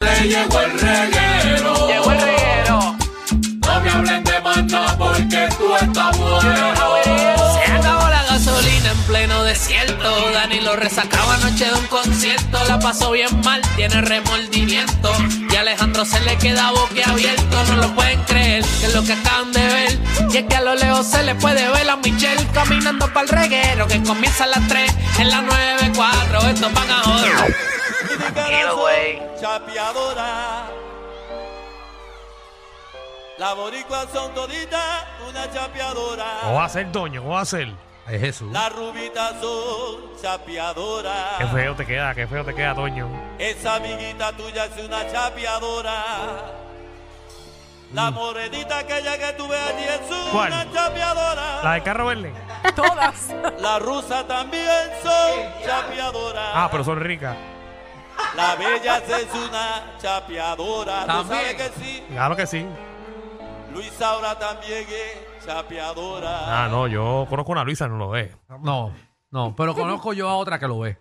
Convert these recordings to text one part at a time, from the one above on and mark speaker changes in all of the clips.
Speaker 1: que llegó el reguero.
Speaker 2: Llegó el reguero.
Speaker 1: No me hables de maná porque tú estás bueno.
Speaker 2: Se acabó la gasolina en pleno desierto. Dani lo resacaba anoche de un concierto. La pasó bien mal, tiene remordimiento. Y a Alejandro se le queda boquiabierto. No lo pueden creer, que es lo que acaban de ver. Y es que a lo lejos se le puede ver a Michelle caminando para el reguero. Que comienza a las 3 en las 9.4. Estos van a joder.
Speaker 3: Tranquilo, güey. Chapeadora. La boricua son toditas una
Speaker 4: ¿Cómo
Speaker 3: chapeadora.
Speaker 4: va a ser, Doño? ¿Cómo va a ser?
Speaker 5: Ay, Jesús.
Speaker 3: Las rubitas son
Speaker 4: Qué
Speaker 3: chapeadora.
Speaker 4: feo te queda, qué feo te queda, Toño.
Speaker 3: Esa amiguita tuya es una chapeadora. La morenita aquella que tú ves allí es una
Speaker 4: Mm. ¿Cuál?
Speaker 3: chapeadora.
Speaker 4: ¿La del carro verde?
Speaker 3: La rusa también son chapeadoras.
Speaker 4: Ah, pero son ricas.
Speaker 3: La bella es una chapeadora. ¿Tú sabes
Speaker 5: También.
Speaker 3: que sí?
Speaker 4: Claro que sí.
Speaker 3: Luis ahora también es chapeadora.
Speaker 4: Ah, no, yo conozco a una Luisa, no lo ve.
Speaker 5: No, no, pero conozco yo a otra que lo ve.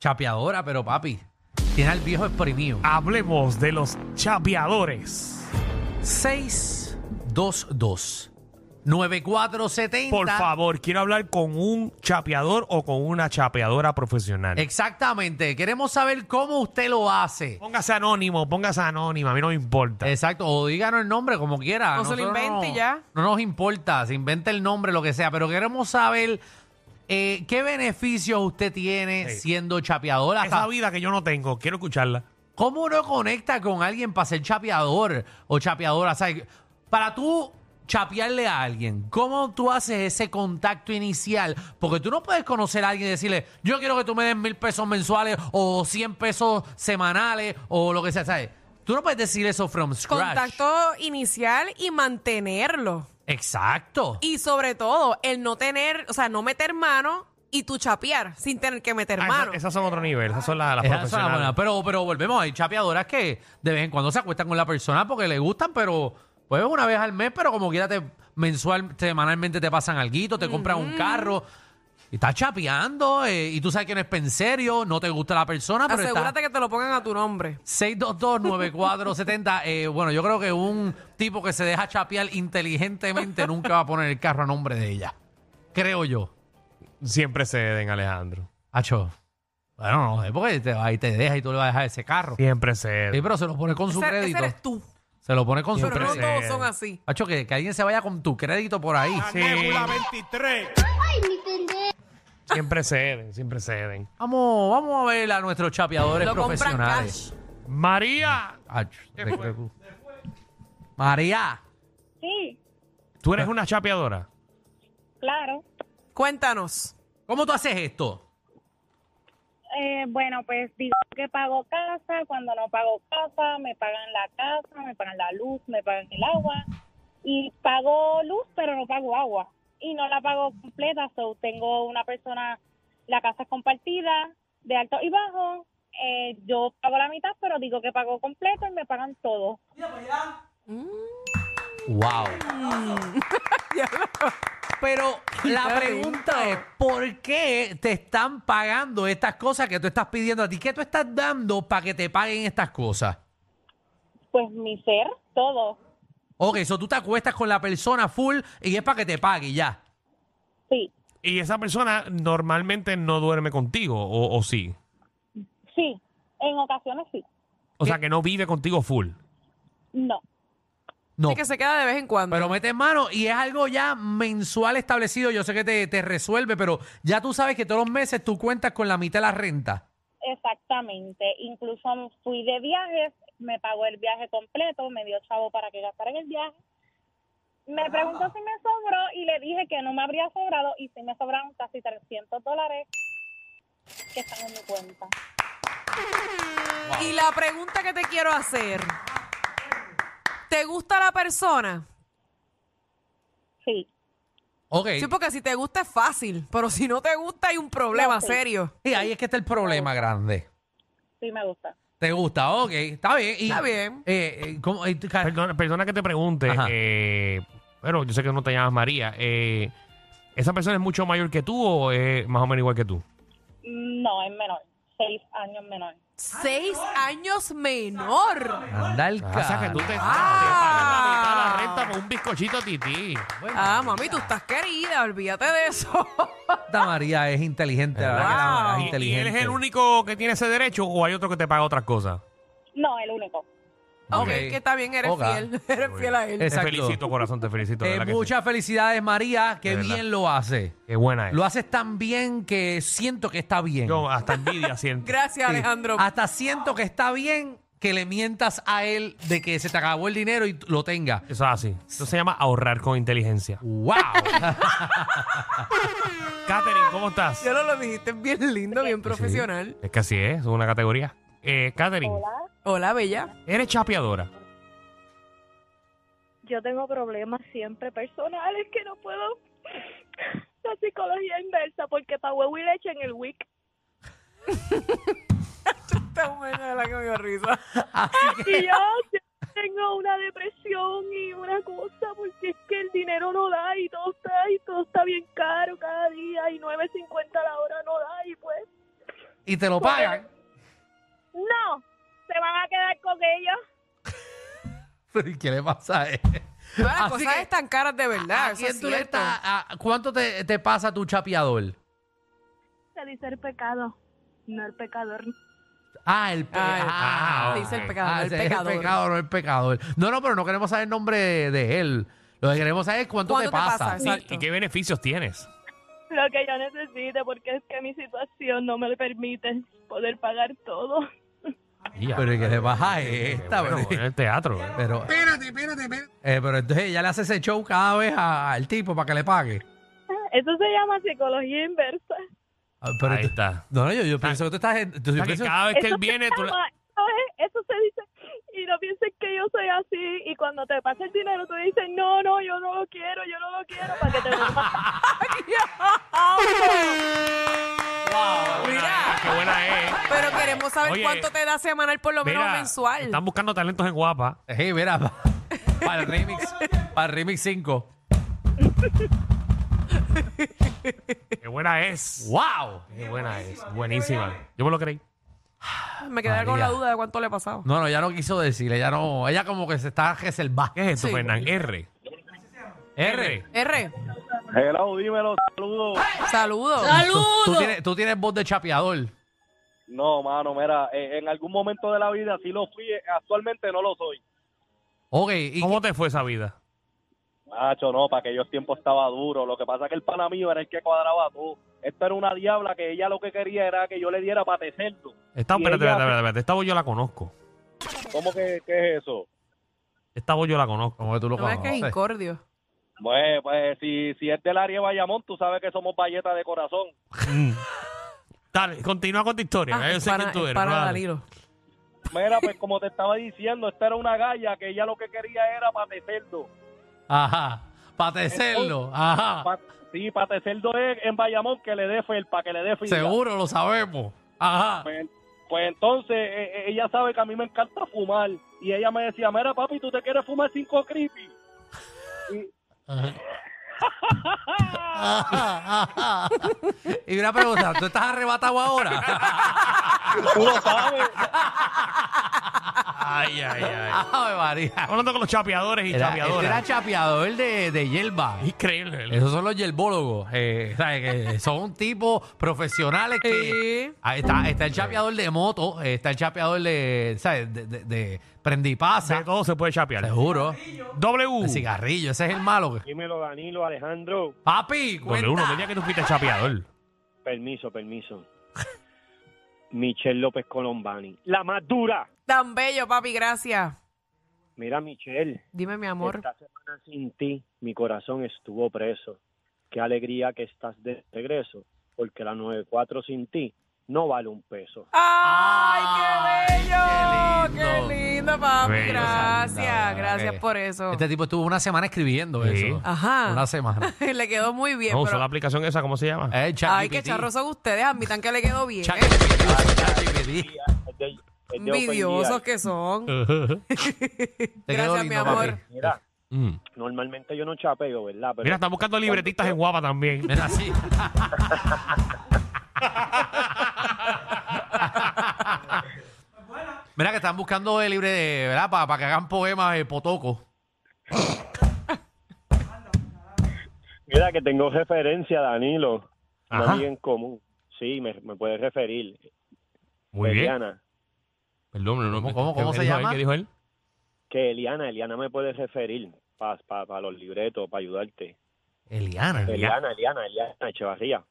Speaker 5: Chapeadora, pero papi. Tiene al viejo exprimido.
Speaker 4: Hablemos de los chapeadores.
Speaker 5: 622
Speaker 4: Por
Speaker 5: 9470.
Speaker 4: favor, quiero hablar con un chapeador o con una chapeadora profesional.
Speaker 5: Exactamente. Queremos saber cómo usted lo hace.
Speaker 4: Póngase anónimo, póngase anónima, a mí no me importa.
Speaker 5: Exacto, o díganos el nombre como quiera.
Speaker 6: No se lo
Speaker 5: Nosotros
Speaker 6: invente
Speaker 5: no-
Speaker 6: ya.
Speaker 5: No nos importa, se inventa el nombre, lo que sea, pero queremos saber eh, qué beneficios usted tiene
Speaker 4: Sí.
Speaker 5: siendo chapeador.
Speaker 4: Esa
Speaker 5: Hasta,
Speaker 4: vida que yo no tengo, quiero escucharla.
Speaker 5: ¿Cómo uno conecta con alguien para ser chapeador o chapeadora? O sea, para tú chapearle a alguien, ¿cómo tú haces ese contacto inicial? Porque tú no puedes conocer a alguien y decirle, yo quiero que tú me des mil pesos mensuales o cien pesos semanales o lo que sea, ¿sabes? Tú no puedes decir eso from scratch.
Speaker 6: Contacto inicial y mantenerlo.
Speaker 5: Exacto.
Speaker 6: Y sobre todo, el no tener, o sea, no meter mano y tú chapear sin tener que meter
Speaker 4: Ah, esa-
Speaker 6: mano.
Speaker 4: esas son otro nivel, esas son las, las
Speaker 5: Esas son las
Speaker 4: profesionales.
Speaker 5: buenas. Pero, pero volvemos, hay chapeadoras que de vez en cuando se acuestan con la persona porque le gustan, pero pues una vez al mes, pero como quiera te mensual, semanalmente te pasan alguito, te compran un carro. Y estás chapeando eh, y tú sabes que no es penserio, no te gusta la persona, pero
Speaker 6: Asegúrate
Speaker 5: estás...
Speaker 6: que te lo pongan a tu nombre.
Speaker 5: 622-9470. Eh, bueno, yo creo que un tipo que se deja chapear inteligentemente nunca va a poner el carro a nombre de ella. Creo yo.
Speaker 4: Siempre ceden, Alejandro.
Speaker 5: Hacho. Bueno, no sé, porque te va y te deja y tú le vas a dejar ese carro.
Speaker 4: Siempre ceden.
Speaker 5: Sí, pero se lo pone con su
Speaker 6: Ese, ese
Speaker 5: crédito.
Speaker 6: eres tú.
Speaker 5: Se lo pone con su
Speaker 6: Pero
Speaker 4: Siempre
Speaker 6: no
Speaker 4: se-
Speaker 5: crédito.
Speaker 6: todos son así.
Speaker 5: Hacho, que, que alguien se vaya con tu crédito por ahí.
Speaker 6: Ah,
Speaker 4: Sí. Siempre ceden, siempre ceden.
Speaker 5: Vamos, vamos a ver a nuestros chapeadores
Speaker 6: Lo compran
Speaker 5: profesionales.
Speaker 6: cash.
Speaker 4: María,
Speaker 5: Hacho, te- María,
Speaker 7: Sí,
Speaker 4: tú eres una chapeadora.
Speaker 7: claro.
Speaker 6: Cuéntanos.
Speaker 5: ¿cómo tú haces esto?
Speaker 7: Eh, bueno, pues digo que pago casa, cuando no pago casa, me pagan la casa, me pagan la luz, me pagan el agua. Y pago luz, pero no pago agua. Y no la pago completa, so tengo una persona, la casa es compartida, de alto y bajo. Eh, yo pago la mitad, pero digo que pago completo y me pagan todo.
Speaker 5: Wow.
Speaker 6: Mm.
Speaker 5: Pero la
Speaker 6: Qué
Speaker 5: pregunta es,
Speaker 6: lindo.
Speaker 5: ¿por qué te están pagando estas cosas que tú estás pidiendo a ti? ¿Qué tú estás dando para que te paguen estas cosas?
Speaker 7: Pues mi ser, todo.
Speaker 5: Ok, eso tú te acuestas con la persona full y es para que te pague y ya.
Speaker 7: Sí,
Speaker 4: Y esa persona normalmente no duerme contigo, o, o sí.
Speaker 7: sí, en ocasiones sí.
Speaker 4: O sea, que no vive contigo full.
Speaker 7: No,
Speaker 5: No,
Speaker 6: Así que se queda de vez en cuando.
Speaker 5: Pero mete mano y es algo ya mensual establecido. Yo sé que te, te resuelve, pero ya tú sabes que todos los meses tú cuentas con la mitad de la renta.
Speaker 7: Exactamente, incluso fui de viajes, me pagó el viaje completo, me dio chavo para que gastara en el viaje. Me preguntó si me sobró y le dije que no me habría sobrado y si me sobraron casi 300 dólares que están en mi cuenta.
Speaker 6: Y la pregunta que te quiero hacer. ¿Te gusta la persona?
Speaker 7: Sí,
Speaker 5: Ok.
Speaker 6: Sí, porque si te gusta es fácil, pero si no te gusta hay un problema
Speaker 7: No, sí.
Speaker 6: serio.
Speaker 5: Y ahí es que está el
Speaker 6: Oh.
Speaker 5: problema grande.
Speaker 7: sí me gusta.
Speaker 5: ¿Te gusta? Ok, está bien. Y,
Speaker 6: Está bien.
Speaker 5: eh, eh, ¿cómo? Eh, ca-
Speaker 4: Perdona, perdona que te pregunte,
Speaker 5: Ajá.
Speaker 4: eh, pero yo sé que no te llamas María. eh, ¿Esa persona es mucho mayor que tú o es más o menos igual que tú?
Speaker 7: No, es menor, seis años menor.
Speaker 6: seis años menor.
Speaker 5: Anda el
Speaker 4: O sea, que tú te, te pagas
Speaker 6: Ah.
Speaker 4: la mitad de la renta por un bizcochito tití.
Speaker 6: Ah, mami, tú estás querida, olvídate de eso.
Speaker 5: Santa María es inteligente, la verdad que la María es
Speaker 4: ¿Y- ¿Y
Speaker 5: inteligente.
Speaker 4: él es el único que tiene ese derecho o hay otro que te paga otras cosas?
Speaker 7: No, el único.
Speaker 6: ok,
Speaker 5: Ok.
Speaker 6: que está bien, eres
Speaker 5: Ok.
Speaker 6: fiel. Eres fiel a él.
Speaker 5: Es- Exacto.
Speaker 4: Te felicito, corazón, te felicito. de
Speaker 5: Eh,
Speaker 4: verdad que sí.
Speaker 5: muchas felicidades, María. Qué
Speaker 4: De verdad.
Speaker 5: bien lo hace.
Speaker 4: Qué buena es.
Speaker 5: Lo haces tan bien que siento que está bien.
Speaker 4: Yo hasta envidia siento.
Speaker 6: Gracias,
Speaker 5: Sí. Ah.
Speaker 6: Alejandro.
Speaker 5: Hasta siento que está bien que le mientas a él de que se te acabó el dinero y t- lo tenga.
Speaker 4: Eso es así. Eso se llama ahorrar con inteligencia.
Speaker 5: ¡Wow!
Speaker 4: Katherine, ¿cómo estás?
Speaker 6: Ya no lo dijiste bien lindo, bien profesional.
Speaker 4: Es que así es, es una categoría. Eh, Katherine,
Speaker 7: Hola,
Speaker 6: Hola, bella.
Speaker 4: eres chapeadora.
Speaker 7: yo tengo problemas siempre personales que no puedo. La psicología inversa, porque para huevo y leche en el week.
Speaker 6: Esta buena de la que me dio risa.
Speaker 7: Y yo tengo una depresión y una cosa porque es que el dinero no da y todo está y todo está bien caro cada día y 9.50 la hora no da y pues
Speaker 5: y te lo pagan.
Speaker 7: no se van a quedar con ellos
Speaker 5: Pero, ¿y ¿Qué le pasa a él?
Speaker 6: Todas las
Speaker 5: Así
Speaker 6: cosas
Speaker 5: que,
Speaker 6: están caras de verdad.
Speaker 5: ¿a
Speaker 6: eso
Speaker 5: quién
Speaker 6: es
Speaker 5: tú le
Speaker 6: cierto.
Speaker 5: estás- a- ¿Cuánto te, te pasa tu chapeador?
Speaker 7: se dice el pecado no el pecador
Speaker 5: Ah, el
Speaker 6: Ay,
Speaker 5: pecador.
Speaker 4: ah,
Speaker 6: se dice el
Speaker 4: ok.
Speaker 6: pecador, el pecador.
Speaker 5: El pecador, no el pecador. No, no, pero no queremos saber el nombre de, de él. Lo que queremos saber es cuánto,
Speaker 6: ¿Cuánto
Speaker 5: te pasa.
Speaker 4: ¿Y,
Speaker 6: Exacto.
Speaker 4: y qué beneficios tienes?
Speaker 7: lo que yo necesite porque es que mi situación no me lo permite poder pagar todo
Speaker 4: Ya.
Speaker 5: Pero ¿y qué le pasa a
Speaker 4: Qué
Speaker 5: esta?
Speaker 4: Eh, bueno, en
Speaker 5: Pero,
Speaker 4: el teatro. ¿eh?
Speaker 5: pero, Eh, pero entonces ella le hace ese show cada vez a- al tipo para que le pague.
Speaker 7: eso se llama psicología inversa
Speaker 5: Ah, Pero
Speaker 4: Ahí
Speaker 5: tú-
Speaker 4: está.
Speaker 5: No, no, yo, yo pienso Ah. que tú estás... en- yo
Speaker 4: O sea, que
Speaker 5: pienso-
Speaker 4: cada vez que él
Speaker 7: Eso
Speaker 4: viene,
Speaker 7: se
Speaker 4: tú le-
Speaker 7: llama- ¿sabes? Eso se dice, y no pienses que yo soy así, y cuando te pasa el dinero tú dices, no, no, yo no lo quiero, yo no lo quiero, para que te duermas.
Speaker 6: Mira,
Speaker 4: Qué buena es. ¿eh?
Speaker 6: pero queremos saber
Speaker 4: Oye,
Speaker 6: cuánto te da semanal, por lo menos
Speaker 4: Mira,
Speaker 6: mensual.
Speaker 4: Están buscando talentos en guapa.
Speaker 5: Hey, mira, para el remix, para el remix 5.
Speaker 4: Qué buena es.
Speaker 5: ¡Wow!
Speaker 4: Qué buena es. Buenísima. Yo me lo creí.
Speaker 6: Me quedé con
Speaker 5: María.
Speaker 6: la duda de cuánto le pasaba.
Speaker 5: No, no, ya no quiso decir, ella no, ella como que se está reservando.
Speaker 4: ¿Qué es esto,
Speaker 6: Sí.
Speaker 4: Fernán? R. R.
Speaker 6: R,
Speaker 8: Hello, dímelo, saludos.
Speaker 6: saludos.
Speaker 5: Tú, tú tienes, tú tienes voz de chapeador.
Speaker 8: No, mano, mira, eh, en algún momento de la vida sí lo fui, eh, actualmente no lo soy.
Speaker 5: Ok, y,
Speaker 4: ¿Cómo te fue esa vida?
Speaker 8: Macho, no, para aquellos tiempos estaba duro. Lo que pasa es que el pana mío era el que cuadraba todo. Esto era una diabla que ella lo que quería era que yo le diera para tecerlo.
Speaker 4: Esta, espérate,
Speaker 8: Y ella-
Speaker 4: espérate, espérate, espérate. Esta voz yo la conozco.
Speaker 8: ¿Cómo que qué es eso?
Speaker 4: Esta voz yo la conozco.
Speaker 5: como que tú lo
Speaker 6: No es que es
Speaker 5: conoces.
Speaker 6: incordio.
Speaker 8: Pues, pues si, si es del área de Bayamón, tú sabes que somos valletas de corazón.
Speaker 4: Mm. Dale, continúa con tu historia.
Speaker 6: Ah,
Speaker 4: ya yo
Speaker 6: es
Speaker 4: sé
Speaker 6: pana-
Speaker 4: quién tú
Speaker 6: es
Speaker 4: eres.
Speaker 6: pana
Speaker 4: dale.
Speaker 6: Danilo.
Speaker 8: Mira, pues como te estaba diciendo, esta era una galla que ella lo que quería era para tecerlo.
Speaker 5: Ajá, para tecerlo, ajá.
Speaker 8: Pa- sí, para tecerlo es en Bayamón que le dé felpa, que le dé fila.
Speaker 5: Seguro, lo sabemos. Ajá.
Speaker 8: Pues, pues entonces eh, eh, ella sabe que a mí me encanta fumar y ella me decía, mira papi, ¿tú te quieres fumar cinco creepy?
Speaker 5: Ajá, ajá. y una pregunta, ¿tú estás arrebatado ahora?
Speaker 8: Tú lo sabes.
Speaker 4: Ay, ay, ay.
Speaker 5: Ay, María.
Speaker 4: Hablando con los chapeadores y
Speaker 5: Era, este era
Speaker 4: chapeadoras.
Speaker 5: chapeador de, de hierba.
Speaker 4: Increíble. ¿verdad?
Speaker 5: Esos son los yerbólogos. eh, ¿sabes? Que son tipos profesionales que.
Speaker 6: Sí.
Speaker 5: Ahí está, está el chapeador de moto, eh, está el chapeador de, ¿sabes? De, de, de prendipasa.
Speaker 4: De todo se puede chapear.
Speaker 5: Seguro.
Speaker 4: W.
Speaker 5: El cigarrillo, ese es el malo.
Speaker 8: Dímelo Danilo, Alejandro.
Speaker 5: Papi,
Speaker 4: W, no me
Speaker 5: cuenta.
Speaker 4: digas que tú fuiste chapeador.
Speaker 8: Permiso, permiso. Michelle López Colombani. La más dura.
Speaker 6: Tan bello, papi, gracias.
Speaker 8: Mira Michelle,
Speaker 6: Dime, mi amor.
Speaker 8: esta semana sin ti mi corazón estuvo preso. Qué alegría que estás de regreso, porque la 94 sin ti no vale un peso.
Speaker 6: ¡Ay,
Speaker 5: Ay, qué
Speaker 6: qué bello!
Speaker 5: lindo.
Speaker 6: ¡Qué lindo, papi!
Speaker 4: Bello,
Speaker 6: gracias,
Speaker 5: Sandra,
Speaker 6: gracias
Speaker 5: ok.
Speaker 6: por eso.
Speaker 5: Este tipo estuvo una semana escribiendo
Speaker 4: Sí.
Speaker 5: eso.
Speaker 6: Ajá.
Speaker 5: Una semana.
Speaker 6: Le quedó muy bien.
Speaker 4: No,
Speaker 6: pero-
Speaker 4: usó la aplicación esa, ¿cómo se llama?
Speaker 5: Eh,
Speaker 6: Ay,
Speaker 5: ChatGPT.
Speaker 6: qué ¿eh? charros son ustedes. Admitan que le quedó bien.
Speaker 5: ChatGPT, ChatGPT.
Speaker 6: Envidiosos que son.
Speaker 5: Te quedó
Speaker 6: Gracias, mi
Speaker 5: lindo,
Speaker 6: amor.
Speaker 5: papi.
Speaker 8: Mira,
Speaker 4: Mm.
Speaker 8: normalmente yo no chapeo, ¿verdad? Pero
Speaker 4: Mira, están buscando libretistas en guapa también.
Speaker 5: Mira, sí. Mira que están buscando el libre de, ¿verdad? Para que hagan poemas de Potoco.
Speaker 8: Mira que tengo referencia, Danilo.
Speaker 4: Ajá.
Speaker 8: Una amiga en común. Sí, me, me puedes referir.
Speaker 4: Muy bien.
Speaker 8: Eliana.
Speaker 4: Perdón, no, no,
Speaker 5: ¿Cómo- cómo- cómo
Speaker 4: ¿qué
Speaker 5: se
Speaker 4: dijo él?
Speaker 5: llama?
Speaker 4: ¿Qué dijo él?
Speaker 8: Que Eliana, Eliana me puede referir para los libretos, para ayudarte.
Speaker 5: Eliana.
Speaker 8: Eliana, Eliana, Eliana Echevarría.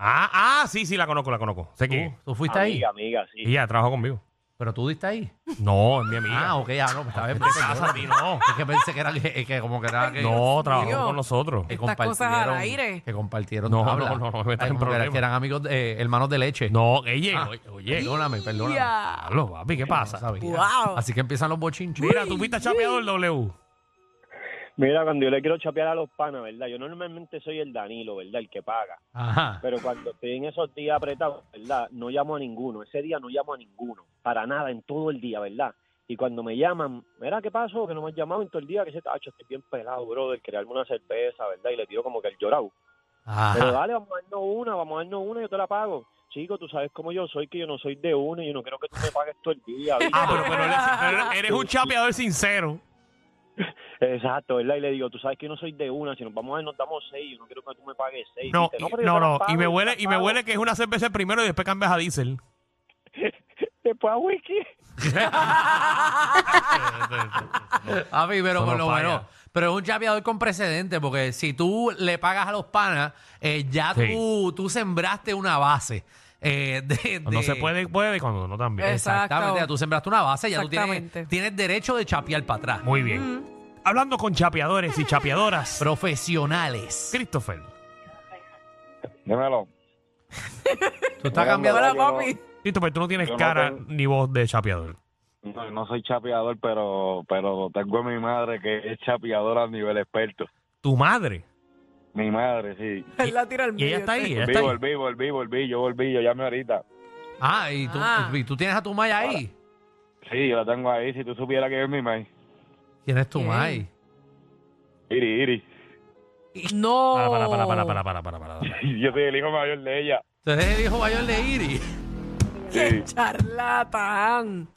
Speaker 4: Ah, ah, sí, sí, la conozco, la conozco. Sé que.
Speaker 5: ¿Tú, tú fuiste ahí?
Speaker 8: Amiga, amiga, sí.
Speaker 4: Ella trabajó conmigo.
Speaker 5: Pero tú diste ahí.
Speaker 4: No, es mi amiga.
Speaker 5: Ah, ok, ya no. Está bien,
Speaker 4: ¿Qué te pasa a ti? No.
Speaker 5: Es que pensé que era que, que como que era que.
Speaker 4: No, trabajó
Speaker 6: mío.
Speaker 4: con nosotros.
Speaker 5: que
Speaker 6: Estas cosas
Speaker 5: compartieron-
Speaker 6: al aire.
Speaker 5: Que compartieron.
Speaker 4: No,
Speaker 5: tabla.
Speaker 4: no, no, no me metas
Speaker 5: Ay,
Speaker 4: en
Speaker 5: como que era-
Speaker 4: problemas.
Speaker 5: que eran amigos, de- eh, hermanos de leche.
Speaker 4: No, ella,
Speaker 5: Ah.
Speaker 4: oye, oye.
Speaker 5: Perdóname, perdóname.
Speaker 6: Ya.
Speaker 4: Hablo, papi, ¿qué
Speaker 5: No
Speaker 4: pasa?
Speaker 5: sabía.
Speaker 6: Wow.
Speaker 5: Así que empiezan los bochinchos.
Speaker 4: Mira, tú fuiste chapeador W.
Speaker 8: Mira, cuando yo le quiero chapear a los panas, ¿verdad? Yo normalmente soy el Danilo, ¿verdad? El que paga.
Speaker 5: Ajá.
Speaker 8: Pero cuando estoy en esos días apretados, ¿verdad? No llamo a ninguno. Ese día no llamo a ninguno. Para nada, en todo el día, ¿verdad? Y cuando me llaman, mira, ¿qué pasó? Que no me han llamado en todo el día. Que se tacho, estoy bien pelado, brother. Crearme una cerveza, ¿verdad? Y le tiro como que el llorado. Pero
Speaker 5: Ajá.
Speaker 8: dale, vamos a darnos una, vamos a darnos una, yo te la pago. Chico, tú sabes cómo yo soy, que yo no soy de una y yo no quiero que tú me pagues todo el día. ¿viste?
Speaker 4: Ah, pero, pero eres, pero eres un chapeador sincero. pues.
Speaker 8: Exacto, ¿verdad? Y le digo, tú sabes que yo no soy de una, si nos vamos a ver, nos damos seis, yo no quiero que tú me pagues seis.
Speaker 4: No,
Speaker 8: ¿viste?
Speaker 4: y-
Speaker 8: pero yo
Speaker 4: no,
Speaker 8: te la
Speaker 4: no.
Speaker 8: pago,
Speaker 4: Y me
Speaker 8: yo te
Speaker 4: huele,
Speaker 8: la
Speaker 4: y me
Speaker 8: pago.
Speaker 4: huele que es una cerveza primero y después cambias a diésel.
Speaker 8: Después a whisky.
Speaker 5: Avi, pero
Speaker 4: Eso
Speaker 5: por
Speaker 4: no
Speaker 5: lo
Speaker 4: falla.
Speaker 5: menos. Pero es un chapeador con precedente, porque si tú le pagas a los panas, eh, ya
Speaker 4: Sí.
Speaker 5: tú, tú sembraste una base. eh, de-
Speaker 4: Cuando
Speaker 5: de-
Speaker 4: se puede, puede, y cuando no también.
Speaker 6: Es-
Speaker 5: Exactamente,
Speaker 6: Exacto.
Speaker 5: ya tú sembraste una base, ya tú
Speaker 6: Exactamente.
Speaker 5: tienes, tienes derecho de chapear para atrás.
Speaker 4: Muy
Speaker 8: Mm.
Speaker 4: bien. Hablando con chapeadores y chapeadoras.
Speaker 5: Profesionales.
Speaker 4: Christopher.
Speaker 9: Dímelo.
Speaker 5: Tú estás
Speaker 9: Mira,
Speaker 5: cambiando.
Speaker 9: mira,
Speaker 6: Hola,
Speaker 9: yo no-
Speaker 6: papi.
Speaker 4: Christopher, tú no tienes
Speaker 9: Yo no
Speaker 4: cara
Speaker 9: tengo-
Speaker 4: ni voz de chapeador.
Speaker 9: No, no soy chapeador, pero, pero tengo a mi madre que es chapeadora a nivel experto.
Speaker 4: Tu madre.
Speaker 9: Mi madre, sí.
Speaker 6: Él la tira al
Speaker 4: Y
Speaker 6: medio.
Speaker 4: ella está ahí, ella está
Speaker 9: Volví,
Speaker 4: ahí.
Speaker 9: volví, volví, volví, yo volví, yo llamé ahorita.
Speaker 5: Ah, y tú,
Speaker 6: Ah.
Speaker 5: y tú tienes a tu May ahí.
Speaker 9: Sí, yo la tengo ahí, si tú supieras que es mi madre.
Speaker 5: ¿Quién es tu
Speaker 6: Bien.
Speaker 5: May?
Speaker 9: Iri, Iri.
Speaker 6: No.
Speaker 4: Para, para, para,
Speaker 6: Oh.
Speaker 4: para, para, para, para, para.
Speaker 9: Yo soy el hijo mayor de ella.
Speaker 5: Entonces el hijo mayor de Iri.
Speaker 9: Sí.
Speaker 6: ¡Qué charlatán!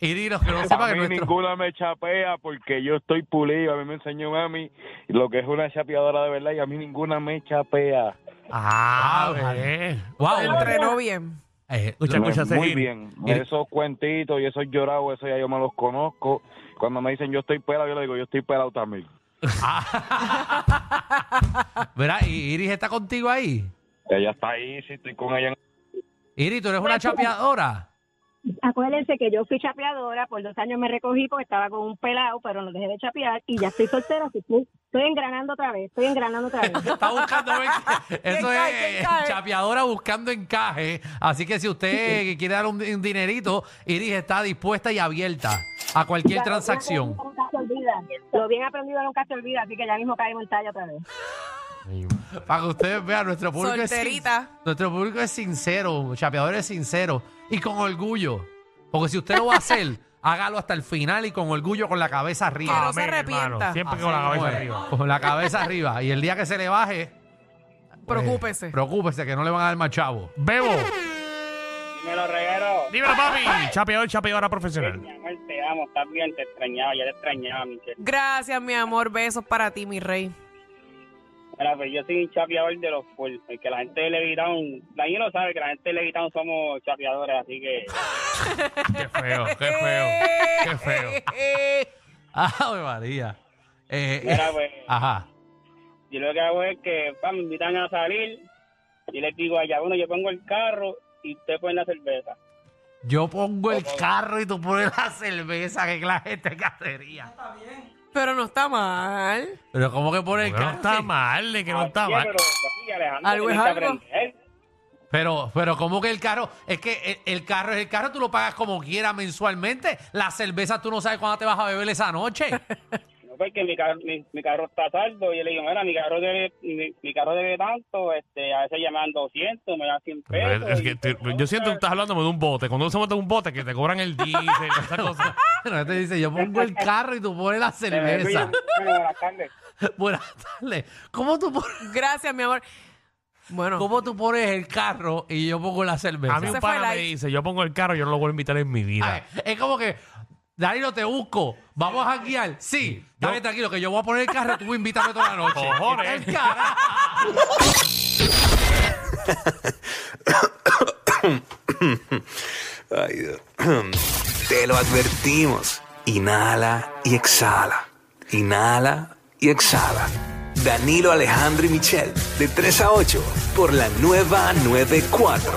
Speaker 5: Iri, los que no
Speaker 9: A mí
Speaker 5: sepan que nuestro...
Speaker 9: ninguna me chapea porque yo estoy pulido. A mí me enseñó mami lo que es una chapeadora de verdad y a mí ninguna me chapea.
Speaker 4: Ah, bebé.
Speaker 5: Wow.
Speaker 6: Entrenó bien.
Speaker 5: Eh,
Speaker 4: Escucha,
Speaker 5: lo-
Speaker 9: Me-
Speaker 4: escucha,
Speaker 9: muy
Speaker 4: Iri.
Speaker 9: bien.
Speaker 4: Iri.
Speaker 9: Esos cuentitos y esos llorados, eso ya yo me los conozco. Cuando me dicen yo estoy pelado, yo le digo yo estoy pelado también.
Speaker 5: Verá, ¿y Iris está contigo ahí.
Speaker 9: Ella está ahí, si estoy con ella.
Speaker 5: Iris, tú eres una chapeadora.
Speaker 7: Acuérdense que yo fui chapeadora, por dos años me recogí porque estaba con un pelado, pero no dejé de chapear y ya estoy soltera, así que estoy engranando otra vez, estoy engranando otra vez.
Speaker 5: Está buscando ver- Eso
Speaker 6: cae,
Speaker 5: es
Speaker 6: ¿quién cae?
Speaker 5: chapeadora buscando encaje. Así que si usted quiere dar un, un dinerito, Iris está dispuesta y abierta a cualquier transacción.
Speaker 7: Lo bien aprendido nunca se olvida. Lo bien aprendido nunca se olvida, así que ya mismo caemos en talla otra vez.
Speaker 5: Para que ustedes vean, nuestro público es
Speaker 6: Solterita.
Speaker 5: sin- Nuestro público es sincero, chapeador es sincero y con orgullo. Porque si usted lo va a hacer, hágalo hasta el final y con orgullo, con la cabeza
Speaker 6: Que
Speaker 5: arriba.
Speaker 6: no se
Speaker 4: Amén, hermano.
Speaker 6: arrepienta.
Speaker 4: Siempre con la
Speaker 5: Así
Speaker 4: cabeza
Speaker 5: es,
Speaker 4: arriba.
Speaker 5: Con la cabeza arriba. Y el día que se le baje, pues,
Speaker 6: Preocúpese.
Speaker 5: preocúpese que no le van a dar más chavo.
Speaker 4: Bebo.
Speaker 10: Dímelo, reguero.
Speaker 4: Dímelo, papi. Chapeador, chapeadora profesional.
Speaker 10: Mi amor, te amo, estás bien, te extrañaba, ya te extrañaba, Michelle.
Speaker 6: Gracias, mi amor. Besos para ti, mi rey.
Speaker 10: Mira, pues yo soy un chapeador de los full, que la gente de Levitown, Daniel sabe que la gente de Levitown somos chapeadores, así que...
Speaker 4: Qué feo, qué feo. Qué feo.
Speaker 5: Ave María. Eh, eh,
Speaker 10: Mira, pues,
Speaker 5: Ajá.
Speaker 10: yo lo que hago es que pa, me invitan a salir y les digo allá, bueno, yo pongo el carro y usted pone la cerveza.
Speaker 5: Yo pongo el carro y tú pones la cerveza, que clase de cacería.
Speaker 6: Pero no está mal.
Speaker 5: Pero ¿cómo que pone el
Speaker 4: Pero no
Speaker 5: carro?
Speaker 4: está mal, de que no
Speaker 10: Así
Speaker 4: está
Speaker 10: es,
Speaker 4: mal.
Speaker 10: Pero, papi, Alejandro,
Speaker 6: Algo
Speaker 10: tienes
Speaker 6: es
Speaker 10: que
Speaker 6: algo.
Speaker 10: aprender.
Speaker 5: Pero, pero ¿cómo que el carro? Es que el, el carro es el carro, tú lo pagas como quieras mensualmente. La cerveza tú no sabes cuándo te vas a beber esa noche.
Speaker 10: No, porque mi carro, mi, mi carro está saldo. Yo le digo, mira, mi carro debe, mi, mi carro debe tanto. este A veces ya me dan 200, me dan 100
Speaker 4: Pero
Speaker 10: pesos.
Speaker 4: es- es
Speaker 10: y
Speaker 4: que
Speaker 10: pues,
Speaker 4: tú- yo siento que estás hablando de un bote. Cuando se monta un bote, que te cobran el diésel, todas esas cosas.
Speaker 5: No te este dice, yo pongo el carro y tú pones la
Speaker 10: se me eh,
Speaker 5: cerveza.
Speaker 10: fui. Bueno, buenas tardes.
Speaker 5: Buenas tardes. ¿Cómo tú pones?
Speaker 6: Gracias, mi amor. Bueno.
Speaker 5: ¿Cómo tú pones el carro y yo pongo la cerveza?
Speaker 4: A mí un
Speaker 6: fue
Speaker 4: pana me
Speaker 6: light.
Speaker 4: dice, yo pongo el carro, yo no lo voy a invitar en mi vida.
Speaker 5: Ay, es como que, Danilo, te busco. Vamos a guiar. Sí, está bien, tranquilo, que yo voy a poner el carro, tú invítame toda la noche.
Speaker 4: Cojones.
Speaker 5: El cara.
Speaker 11: Ay, Dios. Te lo advertimos. Inhala y exhala. Inhala y exhala. Danilo Alejandro y Michel, de 3 a 8, por la nueva 94.